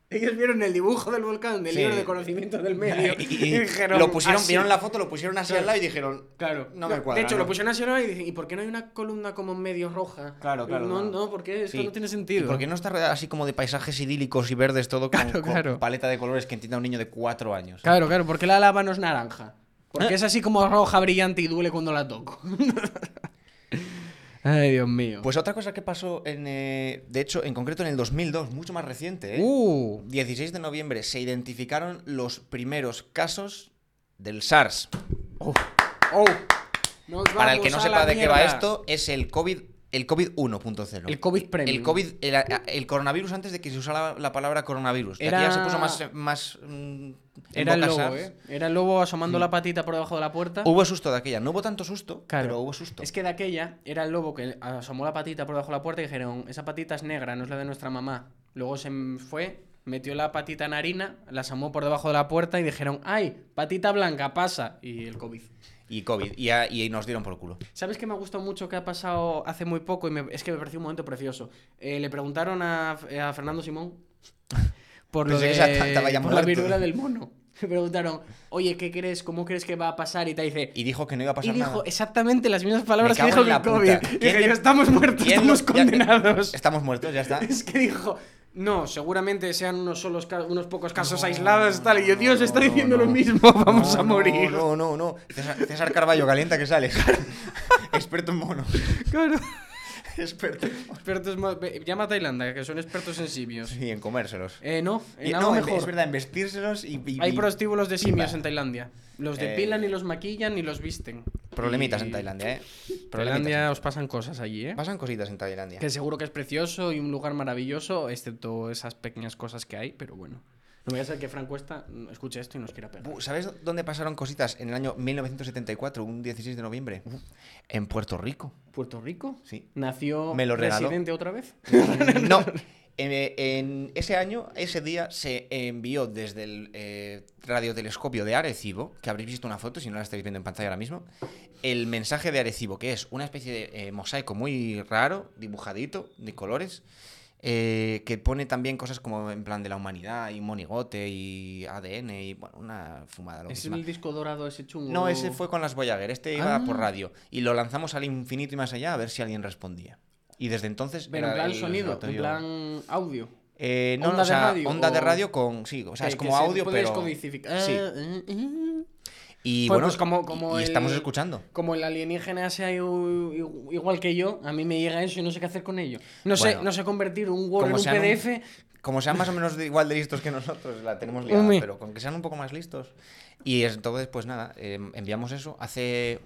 Speaker 3: Ellos vieron el dibujo del volcán del
Speaker 2: Sí.
Speaker 3: libro de conocimiento del medio.
Speaker 2: Y- y- y
Speaker 3: dijeron, "Ah,
Speaker 2: lo pusieron,
Speaker 3: "Así".
Speaker 2: vieron la foto, lo pusieron así al lado y dijeron.
Speaker 3: Claro.
Speaker 2: No me cuadra,
Speaker 3: De hecho,
Speaker 2: no.
Speaker 3: lo pusieron así ¿no? y dicen, ¿y por qué no hay una columna como medio roja?
Speaker 2: Claro, claro,
Speaker 3: No,
Speaker 2: claro.
Speaker 3: no, porque esto
Speaker 2: Sí.
Speaker 3: no tiene
Speaker 2: ¿Y
Speaker 3: sentido.
Speaker 2: por qué no está rodeada así como de paisajes idílicos y verdes todo con,
Speaker 3: Claro,
Speaker 2: con
Speaker 3: claro.
Speaker 2: paleta de colores que entienda un niño de cuatro años?
Speaker 3: Claro, claro, porque la lava no es
Speaker 2: Eh.
Speaker 3: naranja. Porque es así como roja, brillante y duele cuando la toco. Ay, Dios mío.
Speaker 2: Pues otra cosa que pasó, en, eh, de hecho, en concreto en el 2002, mucho más reciente, ¿eh?
Speaker 3: Uh,
Speaker 2: 16 de noviembre, se identificaron los primeros casos del SARS.
Speaker 3: oh,
Speaker 4: Nos
Speaker 2: Para el
Speaker 4: vamos
Speaker 2: que no
Speaker 4: a
Speaker 2: sepa
Speaker 4: la
Speaker 2: de qué va
Speaker 4: mierda.
Speaker 2: esto, es el COVID. El COVID 1.0.
Speaker 3: El COVID premium.
Speaker 2: El COVID. El, el coronavirus antes de que se usara la palabra coronavirus. que aquí
Speaker 3: Era-
Speaker 2: ya se puso más. más mm, en Mm.
Speaker 3: era el
Speaker 2: boca
Speaker 3: lobo,
Speaker 2: SARS.
Speaker 3: ¿eh? Era el lobo asomando la patita por debajo de la puerta.
Speaker 2: Hubo susto de aquella. No hubo tanto susto,
Speaker 3: Claro.
Speaker 2: pero hubo susto.
Speaker 3: Es que de aquella era el lobo que asomó la patita por debajo de la puerta y dijeron, esa patita es negra, no es la de nuestra mamá. Luego se m- fue, metió la patita en harina, la asomó por debajo de la puerta y dijeron, ay, patita blanca, pasa. Y el COVID.
Speaker 2: Y COVID. Y, a- y nos dieron por culo.
Speaker 3: ¿Sabes qué me ha gustado mucho que ha pasado hace muy poco? Y me- es que me pareció un momento precioso. Eh, le preguntaron a, eh, a Fernando Simón por, lo
Speaker 2: Pensé
Speaker 3: de,
Speaker 2: que esa tanta vaya
Speaker 3: por la
Speaker 2: muerto.
Speaker 3: viruela del mono. Le preguntaron, oye, ¿qué crees? ¿Cómo crees que va a pasar? Y te dice,
Speaker 2: Y dijo que no iba a
Speaker 3: Y
Speaker 2: pasar
Speaker 3: dijo
Speaker 2: nada.
Speaker 3: exactamente las mismas palabras
Speaker 2: Me
Speaker 3: que
Speaker 2: cago
Speaker 3: dijo
Speaker 2: en
Speaker 3: que
Speaker 2: la
Speaker 3: el COVID.
Speaker 2: puta. ¿Quién
Speaker 3: Dije,
Speaker 2: le-
Speaker 3: ya estamos muertos,
Speaker 2: ¿Quién
Speaker 3: estamos
Speaker 2: lo- ya-
Speaker 3: condenados.
Speaker 2: Estamos muertos, ya está.
Speaker 3: Es que dijo, no, seguramente sean unos solos ca- unos pocos casos aislados tal. Y yo, Dios, está
Speaker 2: no,
Speaker 3: diciendo
Speaker 2: no.
Speaker 3: lo mismo, vamos
Speaker 2: No,
Speaker 3: a
Speaker 2: no,
Speaker 3: morir.
Speaker 2: No, no, no. César, César Carballo, calienta que sales. Experto en monos.
Speaker 3: Claro.
Speaker 2: Experto en monos.
Speaker 3: Expertos, mo- ve- llama a Tailandia, que son expertos en simios.
Speaker 2: Sí, en comérselos.
Speaker 3: Eh, no, en
Speaker 2: Y-
Speaker 3: algo
Speaker 2: no, en-
Speaker 3: mejor.
Speaker 2: es verdad, en vestírselos y... y-
Speaker 3: Hay
Speaker 2: y
Speaker 3: prostíbulos de simios
Speaker 2: Pimba.
Speaker 3: en Tailandia. Los
Speaker 2: Eh,
Speaker 3: depilan y los maquillan y los visten.
Speaker 2: Problemitas
Speaker 3: Y-
Speaker 2: en Tailandia, ¿eh?
Speaker 3: Tailandia
Speaker 2: Problemitas.
Speaker 3: os pasan cosas allí, ¿eh?
Speaker 2: Pasan cositas en Tailandia.
Speaker 3: Que seguro que es precioso y un lugar maravilloso, excepto esas pequeñas cosas que hay, pero bueno. No voy a ser que Franco Cuesta mm, escuche esto y nos quiera pegar.
Speaker 2: Bu, ¿Sabes dónde pasaron cositas en el año 1974, un 16 de noviembre? En Puerto Rico.
Speaker 3: ¿Puerto Rico?
Speaker 2: Sí.
Speaker 3: ¿Nació
Speaker 2: Me lo regaló.
Speaker 3: residente otra vez?
Speaker 2: No. En, en ese año, ese día, se envió desde el eh, radiotelescopio de Arecibo, que habréis visto una foto si no la estáis viendo en pantalla ahora mismo, el mensaje de Arecibo, que es una especie de eh, mosaico muy raro, dibujadito, de colores, eh, que pone también cosas como en plan de la humanidad y monigote y ADN y bueno, una fumada.
Speaker 3: ¿Es
Speaker 2: loquísima.
Speaker 3: el disco dorado ese chungo?
Speaker 2: No, ese fue con las Voyager, este iba
Speaker 3: Oh. Ah.
Speaker 2: por radio. Y lo lanzamos al infinito y más allá a ver si alguien respondía. Y desde entonces.
Speaker 3: Pero en
Speaker 2: era
Speaker 3: plan
Speaker 2: el
Speaker 3: sonido, en
Speaker 2: observatorio-
Speaker 3: plan audio.
Speaker 2: Eh, no, no,
Speaker 3: onda
Speaker 2: o
Speaker 3: de
Speaker 2: sea,
Speaker 3: radio,
Speaker 2: onda de
Speaker 3: o-
Speaker 2: radio con. Sí, o sea, es
Speaker 3: Que-
Speaker 2: como
Speaker 3: que se
Speaker 2: audio,
Speaker 3: puede
Speaker 2: pero.
Speaker 3: descodificar.
Speaker 2: Sí.
Speaker 3: Eh, eh, eh.
Speaker 2: Y
Speaker 3: Pues,
Speaker 2: bueno,
Speaker 3: pues, como- como
Speaker 2: y- y estamos
Speaker 3: el-
Speaker 2: escuchando.
Speaker 3: Como el alienígena sea iu- igual que yo, a mí me llega eso y no sé qué hacer con ello. No sé,
Speaker 2: Bueno.
Speaker 3: no sé convertir un Word
Speaker 2: Como
Speaker 3: en un
Speaker 2: sean un-
Speaker 3: PDF.
Speaker 2: Como sean más o menos de- igual de listos que nosotros, la tenemos liada,
Speaker 3: Hombre.
Speaker 2: pero con que sean un poco más listos. Y es- entonces, pues nada, eh, enviamos eso. Hace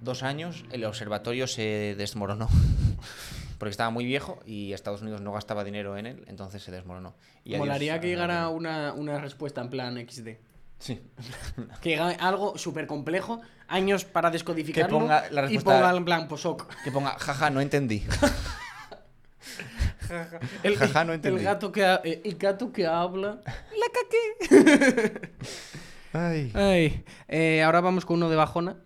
Speaker 2: dos años el observatorio se desmoronó. Porque estaba muy viejo y Estados Unidos no gastaba dinero en él, entonces se desmoronó. Y adiós
Speaker 3: Molaría
Speaker 2: a-
Speaker 3: que llegara una, una respuesta en plan XD.
Speaker 2: Sí.
Speaker 3: Que llega algo súper complejo, años para descodificarlo
Speaker 2: Que ponga la
Speaker 3: y
Speaker 2: respuesta-
Speaker 3: ponga en plan pues, POSOC.
Speaker 2: Que ponga, jaja, no entendí.
Speaker 3: El,
Speaker 2: Jaja, no
Speaker 3: el
Speaker 2: entendí.
Speaker 3: gato que, ha- eh, el gato que habla.
Speaker 2: Ay.
Speaker 3: Ay, eh, ahora vamos con uno de bajona.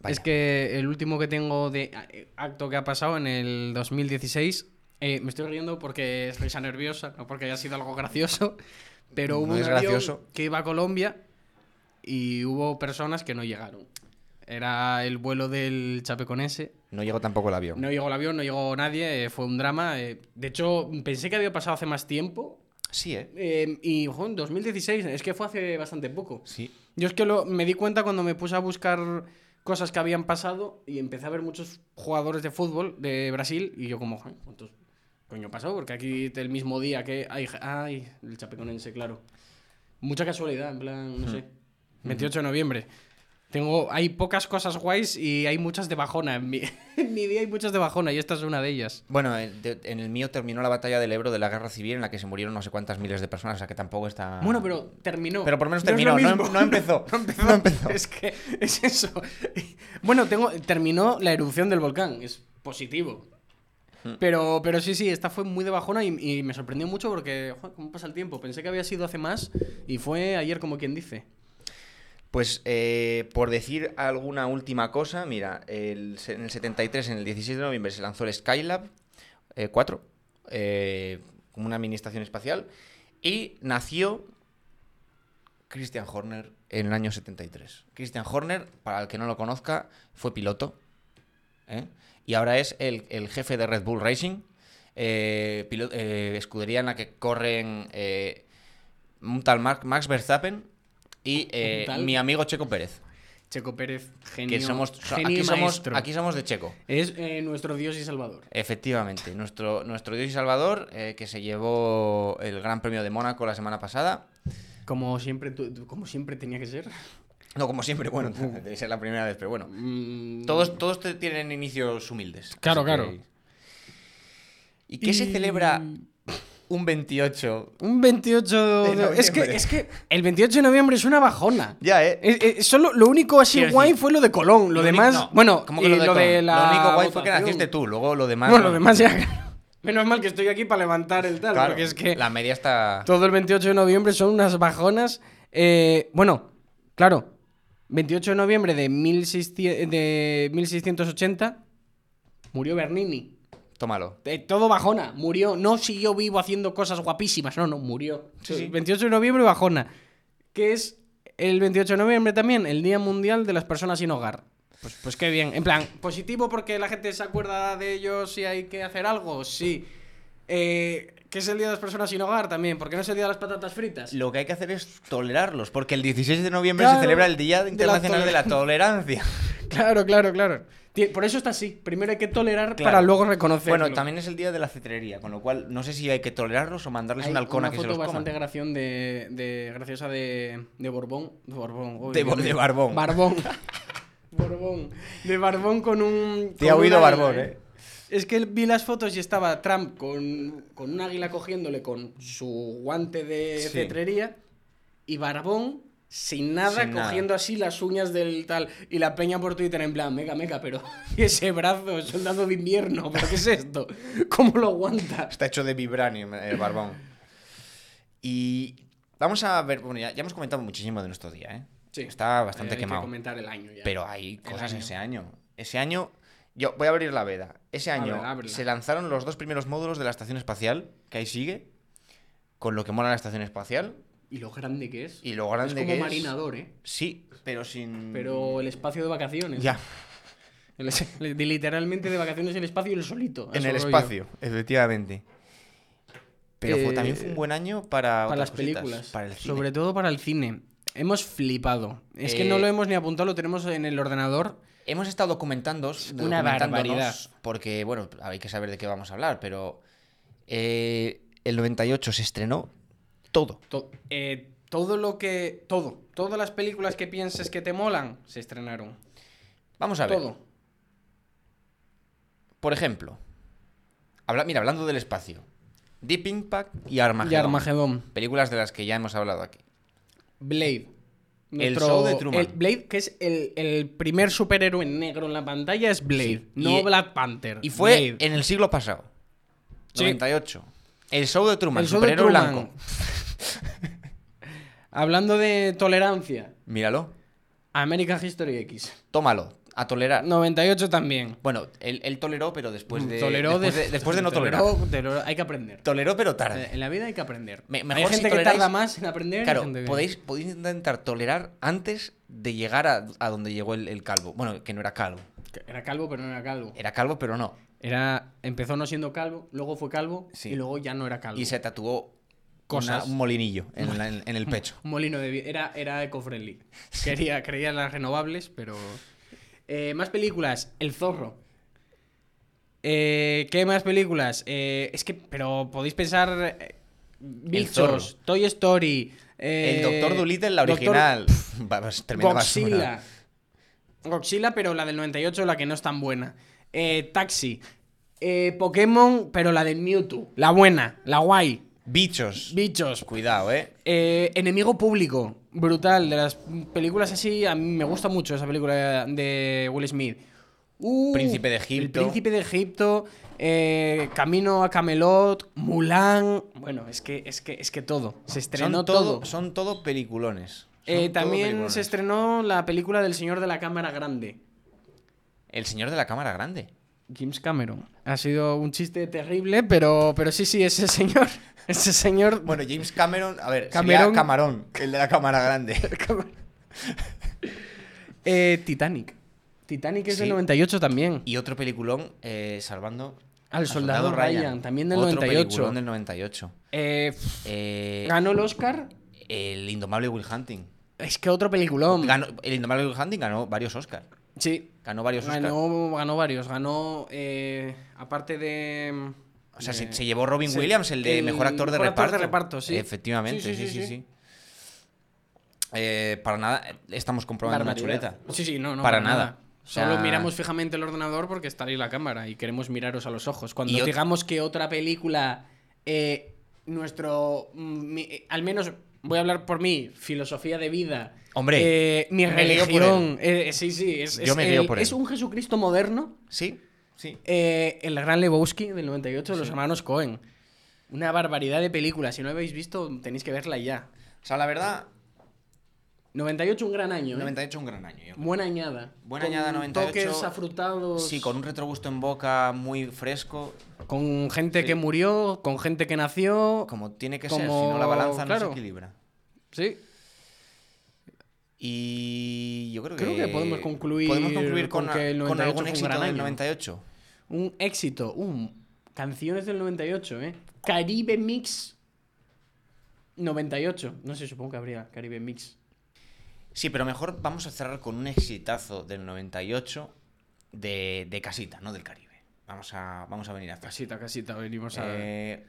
Speaker 2: Vaya.
Speaker 3: Es que el último que tengo de a- eh, acto que ha pasado en el 2016. eh, me estoy riendo porque es risa nerviosa, no porque haya sido algo gracioso. Pero hubo
Speaker 2: No
Speaker 3: un
Speaker 2: es
Speaker 3: avión
Speaker 2: gracioso.
Speaker 3: que iba a Colombia y hubo personas que no llegaron. Era el vuelo del Chapeconense.
Speaker 2: No llegó tampoco el avión.
Speaker 3: No llegó el avión, no llegó nadie, eh, fue un drama. eh. de hecho, pensé que había pasado hace más tiempo.
Speaker 2: Sí, ¿eh?
Speaker 3: eh, y, ojo, en 2016, es que fue hace bastante poco.
Speaker 2: Sí.
Speaker 3: Yo es que lo- me di cuenta cuando me puse a buscar cosas que habían pasado y empecé a ver muchos jugadores de fútbol de Brasil y yo como, "Joder, ¿cuántos coño pasó? Porque aquí el mismo día que... Ay, ja- ay, el chapeconense, claro. Mucha casualidad, en plan, no sé. 28 de noviembre. Tengo, hay pocas cosas guays y hay muchas de bajona. En mi, en mi día hay muchas de bajona y esta es una de ellas.
Speaker 2: Bueno, en de- en el mío terminó la batalla del Ebro de la guerra civil en la que se murieron no sé cuántas miles de personas, o sea que tampoco está.
Speaker 3: Bueno, pero terminó.
Speaker 2: Ah. Pero por lo menos
Speaker 3: No es lo
Speaker 2: terminó, no, em-
Speaker 3: mismo.
Speaker 2: no empezó.
Speaker 3: No empezó.
Speaker 2: No empezó.
Speaker 3: Es que es eso. Bueno, tengo, terminó la erupción del volcán. Es positivo.
Speaker 2: Hmm.
Speaker 3: Pero, pero sí, sí, esta fue muy de bajona y, y me sorprendió mucho porque, joder, ¿cómo pasa el tiempo? Pensé que había sido hace más y fue ayer, como quien dice.
Speaker 2: Pues eh, por decir alguna última cosa, mira, el se- en el 73, en el 16 de noviembre, se lanzó el Skylab eh, 4, eh, como una mini estación espacial, y nació Christian Horner en el año 73. Christian Horner, para el que no lo conozca, fue piloto ¿eh? y ahora es el, el jefe de Red Bull Racing, eh, pilo- eh, escudería en la que corren eh, un tal Mar- Max Verstappen y eh,
Speaker 3: tal?
Speaker 2: mi amigo Checo Pérez.
Speaker 3: Checo Pérez, genio.
Speaker 2: Que somos, so-
Speaker 3: genio
Speaker 2: aquí,
Speaker 3: y
Speaker 2: somos,
Speaker 3: maestro.
Speaker 2: aquí somos de Checo.
Speaker 3: Es eh, nuestro Dios y Salvador.
Speaker 2: Efectivamente, nuestro, nuestro Dios y Salvador, eh, que se llevó el Gran Premio de Mónaco la semana pasada.
Speaker 3: Como siempre, tu- tu- como siempre tenía que ser.
Speaker 2: No, como siempre, bueno, debe ser la primera vez, pero bueno.
Speaker 3: Mm,
Speaker 2: Todos, todos te- tienen inicios humildes.
Speaker 3: Claro,
Speaker 2: así
Speaker 3: claro.
Speaker 2: que- ¿Y qué se
Speaker 3: Y-
Speaker 2: celebra un 28?
Speaker 3: Un 28 de,
Speaker 2: De noviembre.
Speaker 3: es que Es que el 28 de noviembre es una bajona.
Speaker 2: Ya, ¿eh?
Speaker 3: Es- es- solo, lo único así
Speaker 2: Quiero
Speaker 3: guay
Speaker 2: decir,
Speaker 3: fue lo de Colón. Lo
Speaker 2: único-
Speaker 3: demás,
Speaker 2: no,
Speaker 3: bueno,
Speaker 2: ¿cómo que
Speaker 3: y
Speaker 2: lo de Colón?
Speaker 3: la
Speaker 2: Lo único guay fue que
Speaker 3: votación.
Speaker 2: naciste tú, luego lo demás...
Speaker 3: No,
Speaker 2: no.
Speaker 3: lo demás ya. Menos mal que estoy aquí para levantar el tal,
Speaker 2: Claro,
Speaker 3: porque es que
Speaker 2: La media está...
Speaker 3: todo el 28 de noviembre son unas bajonas. Eh, bueno, claro, 28 de noviembre de, 1600 de 1680 murió Bernini.
Speaker 2: Tómalo.
Speaker 3: Eh, todo bajona, murió. No siguió vivo haciendo cosas guapísimas, no, no, murió.
Speaker 2: Sí, sí.
Speaker 3: 28 de noviembre, bajona. Que es el 28 de noviembre también, el Día Mundial de las Personas Sin Hogar. Pues, pues qué bien. En plan, positivo porque la gente se acuerda de ellos si hay que hacer algo, sí. Eh, que es el Día de las Personas Sin Hogar también, porque no es el Día de las Patatas Fritas.
Speaker 2: Lo que hay que hacer es tolerarlos, porque el 16 de noviembre
Speaker 3: Claro,
Speaker 2: se celebra el Día
Speaker 3: de la
Speaker 2: Internacional de la Tolerancia.
Speaker 3: Claro, claro, claro. Ti- Por eso está así. Primero hay que tolerar
Speaker 2: Claro.
Speaker 3: para luego reconocerlo.
Speaker 2: bueno, también es el Día de la Cetrería, con lo cual no sé si hay que tolerarlos o mandarles
Speaker 3: Hay
Speaker 2: una halcona que se
Speaker 3: foto
Speaker 2: los coma.
Speaker 3: bastante gración de, de- graciosa de, de Borbón. De Borbón. uy,
Speaker 2: De Bo-
Speaker 3: Dios
Speaker 2: de
Speaker 3: mío.
Speaker 2: Barbón.
Speaker 3: Barbón. Borbón. De Barbón con un.
Speaker 2: Te
Speaker 3: con
Speaker 2: ha oído
Speaker 3: un águila,
Speaker 2: Barbón, ¿eh?
Speaker 3: Es que vi las fotos y estaba Trump con, con un águila cogiéndole con su guante de
Speaker 2: Sí.
Speaker 3: cetrería y Barbón sin nada
Speaker 2: Sin nada.
Speaker 3: cogiendo así las uñas del tal y la peña por Twitter en plan, meca, meca, pero ese brazo, soldado de invierno, ¿pero qué es esto? ¿Cómo lo aguantas?
Speaker 2: Está hecho de vibranium eh, el barbón. Y vamos a ver, bueno, ya, ya hemos comentado muchísimo de nuestro día, ¿eh?
Speaker 3: Sí.
Speaker 2: Está bastante
Speaker 3: Hay que
Speaker 2: quemado.
Speaker 3: comentar el año ya.
Speaker 2: pero hay cosas
Speaker 3: año.
Speaker 2: ese año. Ese año, yo voy a abrir la veda. Ese año
Speaker 3: Ábrela, ábrela.
Speaker 2: se lanzaron los dos primeros módulos de la estación espacial, que ahí sigue, con lo que mola la estación espacial
Speaker 3: Y lo grande que es.
Speaker 2: y lo
Speaker 3: es
Speaker 2: grande
Speaker 3: como
Speaker 2: que es.
Speaker 3: marinador, ¿eh?
Speaker 2: Sí, pero sin.
Speaker 3: Pero el espacio de vacaciones.
Speaker 2: Ya,
Speaker 3: El es- de- literalmente de vacaciones el espacio y el solito. a
Speaker 2: en
Speaker 3: su
Speaker 2: el
Speaker 3: rollo.
Speaker 2: espacio, efectivamente. Pero fue- también fue
Speaker 3: Eh,
Speaker 2: un buen año para.
Speaker 3: Para
Speaker 2: otras
Speaker 3: las
Speaker 2: cositas,
Speaker 3: películas.
Speaker 2: Para el cine.
Speaker 3: Sobre todo para el cine. Hemos flipado. Es que
Speaker 2: Eh,
Speaker 3: no lo hemos ni apuntado, lo tenemos en el ordenador.
Speaker 2: Hemos estado documentando
Speaker 3: una barbaridad.
Speaker 2: Porque, bueno, hay que saber de qué vamos a hablar, pero eh, el 98 se estrenó todo.
Speaker 3: To- eh, todo lo que. Todo. Todas las películas que pienses que te molan se estrenaron.
Speaker 2: Vamos a ver.
Speaker 3: Todo.
Speaker 2: Por ejemplo, habla- mira, hablando del espacio, Deep Impact y Armagedón.
Speaker 3: Y Armagedón.
Speaker 2: Películas de las que ya hemos hablado aquí.
Speaker 3: Blade.
Speaker 2: El show de Truman.
Speaker 3: el Blade, que es el, el primer superhéroe negro en la pantalla, es Blade,
Speaker 2: Sí,
Speaker 3: no
Speaker 2: y-
Speaker 3: Black Panther.
Speaker 2: Y fue
Speaker 3: Blade.
Speaker 2: en el siglo pasado,
Speaker 3: Sí.
Speaker 2: 98. El show de Truman,
Speaker 3: El show de
Speaker 2: superhéroe
Speaker 3: Truman.
Speaker 2: blanco.
Speaker 3: Hablando de tolerancia,
Speaker 2: Míralo,
Speaker 3: American History X.
Speaker 2: tómalo, a tolerar.
Speaker 3: 98 también.
Speaker 2: Bueno, él, él toleró, pero después Pues de.
Speaker 3: Toleró
Speaker 2: después de,
Speaker 3: de-
Speaker 2: después de no
Speaker 3: toleró,
Speaker 2: tolerar.
Speaker 3: toleró- hay que aprender.
Speaker 2: Toleró, pero tarde.
Speaker 3: Eh, En la vida hay que aprender.
Speaker 2: Me-
Speaker 3: hay
Speaker 2: mejor
Speaker 3: gente
Speaker 2: si
Speaker 3: que
Speaker 2: toleráis-
Speaker 3: tarda más en aprender. y
Speaker 2: Claro,
Speaker 3: gente que-
Speaker 2: podéis, podéis intentar tolerar antes de llegar a, a donde llegó el, el calvo. Bueno, que no era calvo.
Speaker 3: Era calvo, pero no era calvo.
Speaker 2: Era calvo, pero no.
Speaker 3: Era, empezó no siendo calvo, luego fue calvo
Speaker 2: Sí.
Speaker 3: y luego ya no era calvo.
Speaker 2: Y se tatuó una-
Speaker 3: Cosas.
Speaker 2: un molinillo en, la- en- en el pecho.
Speaker 3: Un molino de vi- Era, era eco-friendly. Quería, creía en las renovables, pero. Eh, más películas. El zorro. Eh, ¿Qué más películas? Eh, es que, pero podéis pensar. eh, Bichos,
Speaker 2: Zorro.
Speaker 3: Toy Story.
Speaker 2: el
Speaker 3: eh,
Speaker 2: Doctor Dolittle, la
Speaker 3: Doctor
Speaker 2: original. Va- va- tremenda
Speaker 3: Godzilla.
Speaker 2: basura.
Speaker 3: Godzilla, pero la del 98, la que no es tan buena. Eh, Taxi. Eh, Pokémon, pero la del Mewtwo. La buena, la guay.
Speaker 2: Bichos.
Speaker 3: Bichos,
Speaker 2: Cuidado, ¿eh?
Speaker 3: eh, Enemigo Público, brutal, de las películas así, a mí me gusta mucho esa película de Will Smith. Uh,
Speaker 2: Príncipe de
Speaker 3: El
Speaker 2: Egipto.
Speaker 3: Príncipe de Egipto, eh, Camino a Camelot, Mulan. Bueno, es que, es que, es que todo. Se estrenó
Speaker 2: Son
Speaker 3: todo.
Speaker 2: todo, son todo peliculones. Son
Speaker 3: Eh,
Speaker 2: todo
Speaker 3: también
Speaker 2: peliculones.
Speaker 3: se estrenó la película del Señor de la Cámara Grande.
Speaker 2: El señor de la cámara grande.
Speaker 3: James Cameron. Ha sido un chiste terrible, pero, pero sí, sí, ese señor. Ese señor.
Speaker 2: Bueno, James Cameron, a ver,
Speaker 3: Cameron.
Speaker 2: sería Camarón, el de la cámara grande.
Speaker 3: Eh, Titanic. Titanic es del
Speaker 2: Sí.
Speaker 3: 98 también.
Speaker 2: Y otro peliculón, eh, salvando
Speaker 3: Al soldado Ryan, también del
Speaker 2: Otro
Speaker 3: 98.
Speaker 2: peliculón del 98.
Speaker 3: Eh, pff,
Speaker 2: Eh,
Speaker 3: ganó el Oscar
Speaker 2: el indomable Will Hunting.
Speaker 3: Es que otro peliculón.
Speaker 2: Ganó, el Indomable Hunting ganó varios Oscars.
Speaker 3: Sí.
Speaker 2: Ganó varios Oscars.
Speaker 3: Ganó, ganó varios. Ganó, eh, aparte de. eh,
Speaker 2: O sea,
Speaker 3: de-
Speaker 2: se, se llevó Robin
Speaker 3: sí.
Speaker 2: Williams, el de
Speaker 3: El
Speaker 2: mejor actor de
Speaker 3: mejor
Speaker 2: reparto.
Speaker 3: actor de reparto, sí.
Speaker 2: Efectivamente, sí, sí, sí. sí. Eh, para nada, eh, estamos comprobando una
Speaker 4: Barbaridad.
Speaker 2: chuleta.
Speaker 3: Sí, sí, no, no.
Speaker 2: Para nada. O sea-
Speaker 3: Solo miramos fijamente el ordenador porque está ahí la cámara y queremos miraros a los ojos. Cuando
Speaker 2: Y
Speaker 3: os
Speaker 2: ot-
Speaker 3: digamos que otra película, eh, nuestro. mm, mi- eh, al menos voy a hablar por mí, filosofía de vida.
Speaker 2: Hombre,
Speaker 3: eh, mi
Speaker 2: me guío por
Speaker 3: religión. eh, sí, sí, es,
Speaker 2: Yo
Speaker 3: es
Speaker 2: me guío
Speaker 3: el-
Speaker 2: por
Speaker 3: es
Speaker 2: él.
Speaker 3: un Jesucristo moderno.
Speaker 2: Sí, sí.
Speaker 3: Eh, el Gran Lebowski del 98 de los hermanos Cohen. Una barbaridad de película. Si no la habéis visto, tenéis que verla ya.
Speaker 2: O sea, la verdad,
Speaker 3: 98, un gran año. ¿eh?
Speaker 2: 98 un gran año. yo creo.
Speaker 3: Buena añada.
Speaker 2: Buena añada, 98.
Speaker 3: Toques afrutados.
Speaker 2: Sí, con un retrogusto en boca muy fresco,
Speaker 3: Con gente que murió, con gente que nació.
Speaker 2: como tiene que ser,
Speaker 3: Como-
Speaker 2: si no la balanza no
Speaker 3: claro.
Speaker 2: se equilibra.
Speaker 3: Sí.
Speaker 2: Y yo creo que...
Speaker 3: Creo que podemos concluir
Speaker 2: podemos concluir
Speaker 3: con
Speaker 2: con,
Speaker 3: que el
Speaker 2: con
Speaker 3: 98
Speaker 2: algún
Speaker 3: fue un
Speaker 2: éxito
Speaker 3: gran
Speaker 2: del
Speaker 3: año.
Speaker 2: 98.
Speaker 3: Un éxito. Un- canciones del 98, ¿eh? Caribe Mix 98. No sé, supongo que habría Caribe Mix.
Speaker 2: Sí, pero mejor vamos a cerrar con un exitazo del 98 de, de casita, no del Caribe. Vamos a, vamos a venir a casita.
Speaker 3: Casita, casita, venimos a.
Speaker 2: Eh,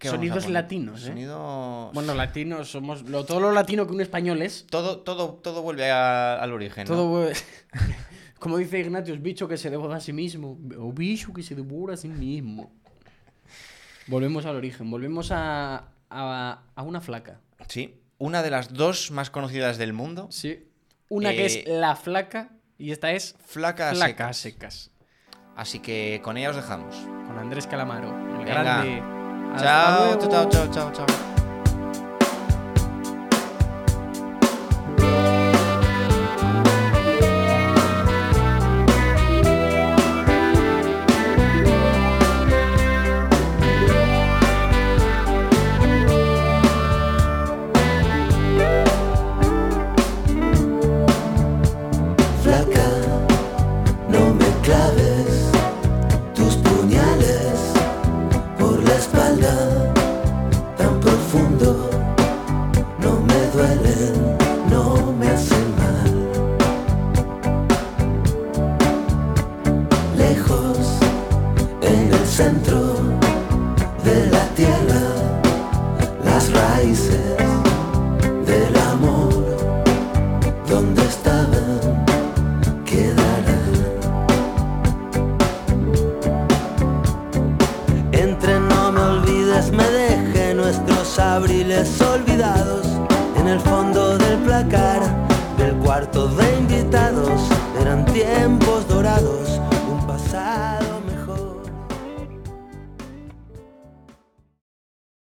Speaker 3: Sonidos
Speaker 2: poner?
Speaker 3: latinos, ¿eh?
Speaker 2: Sonidos...
Speaker 3: Bueno, latinos somos. Lo, todo lo latino que un español es.
Speaker 2: todo, todo, todo vuelve a- al origen, ¿no?
Speaker 3: Todo. hue- Como dice Ignatius, bicho que se devora a sí mismo. O bicho que se devora a sí mismo. Volvemos al origen, volvemos a, a, a una flaca.
Speaker 2: Sí, una de las dos más conocidas del mundo.
Speaker 3: Sí. Una que es
Speaker 2: Eh,
Speaker 3: la flaca y esta es
Speaker 2: Flaca, a
Speaker 3: flaca a
Speaker 2: secas.
Speaker 3: secas.
Speaker 2: Así que con ella os dejamos.
Speaker 3: Con Andrés Calamaro, el
Speaker 2: Venga.
Speaker 3: grande. Hasta
Speaker 2: Chao, chao,
Speaker 3: luego.
Speaker 2: chao, chao, chao.
Speaker 5: Flaca, no me claves tus puñales por la espalda tan profundo. No me duelen, no me hacen mal. Lejos, en el centro de la tierra, las raíces del amor, donde estaban quedará Entre no me olvides, me deje nuestros abriles olvidados en el fondo del placar del cuarto de invitados. Eran tiempos dorados, un pasado.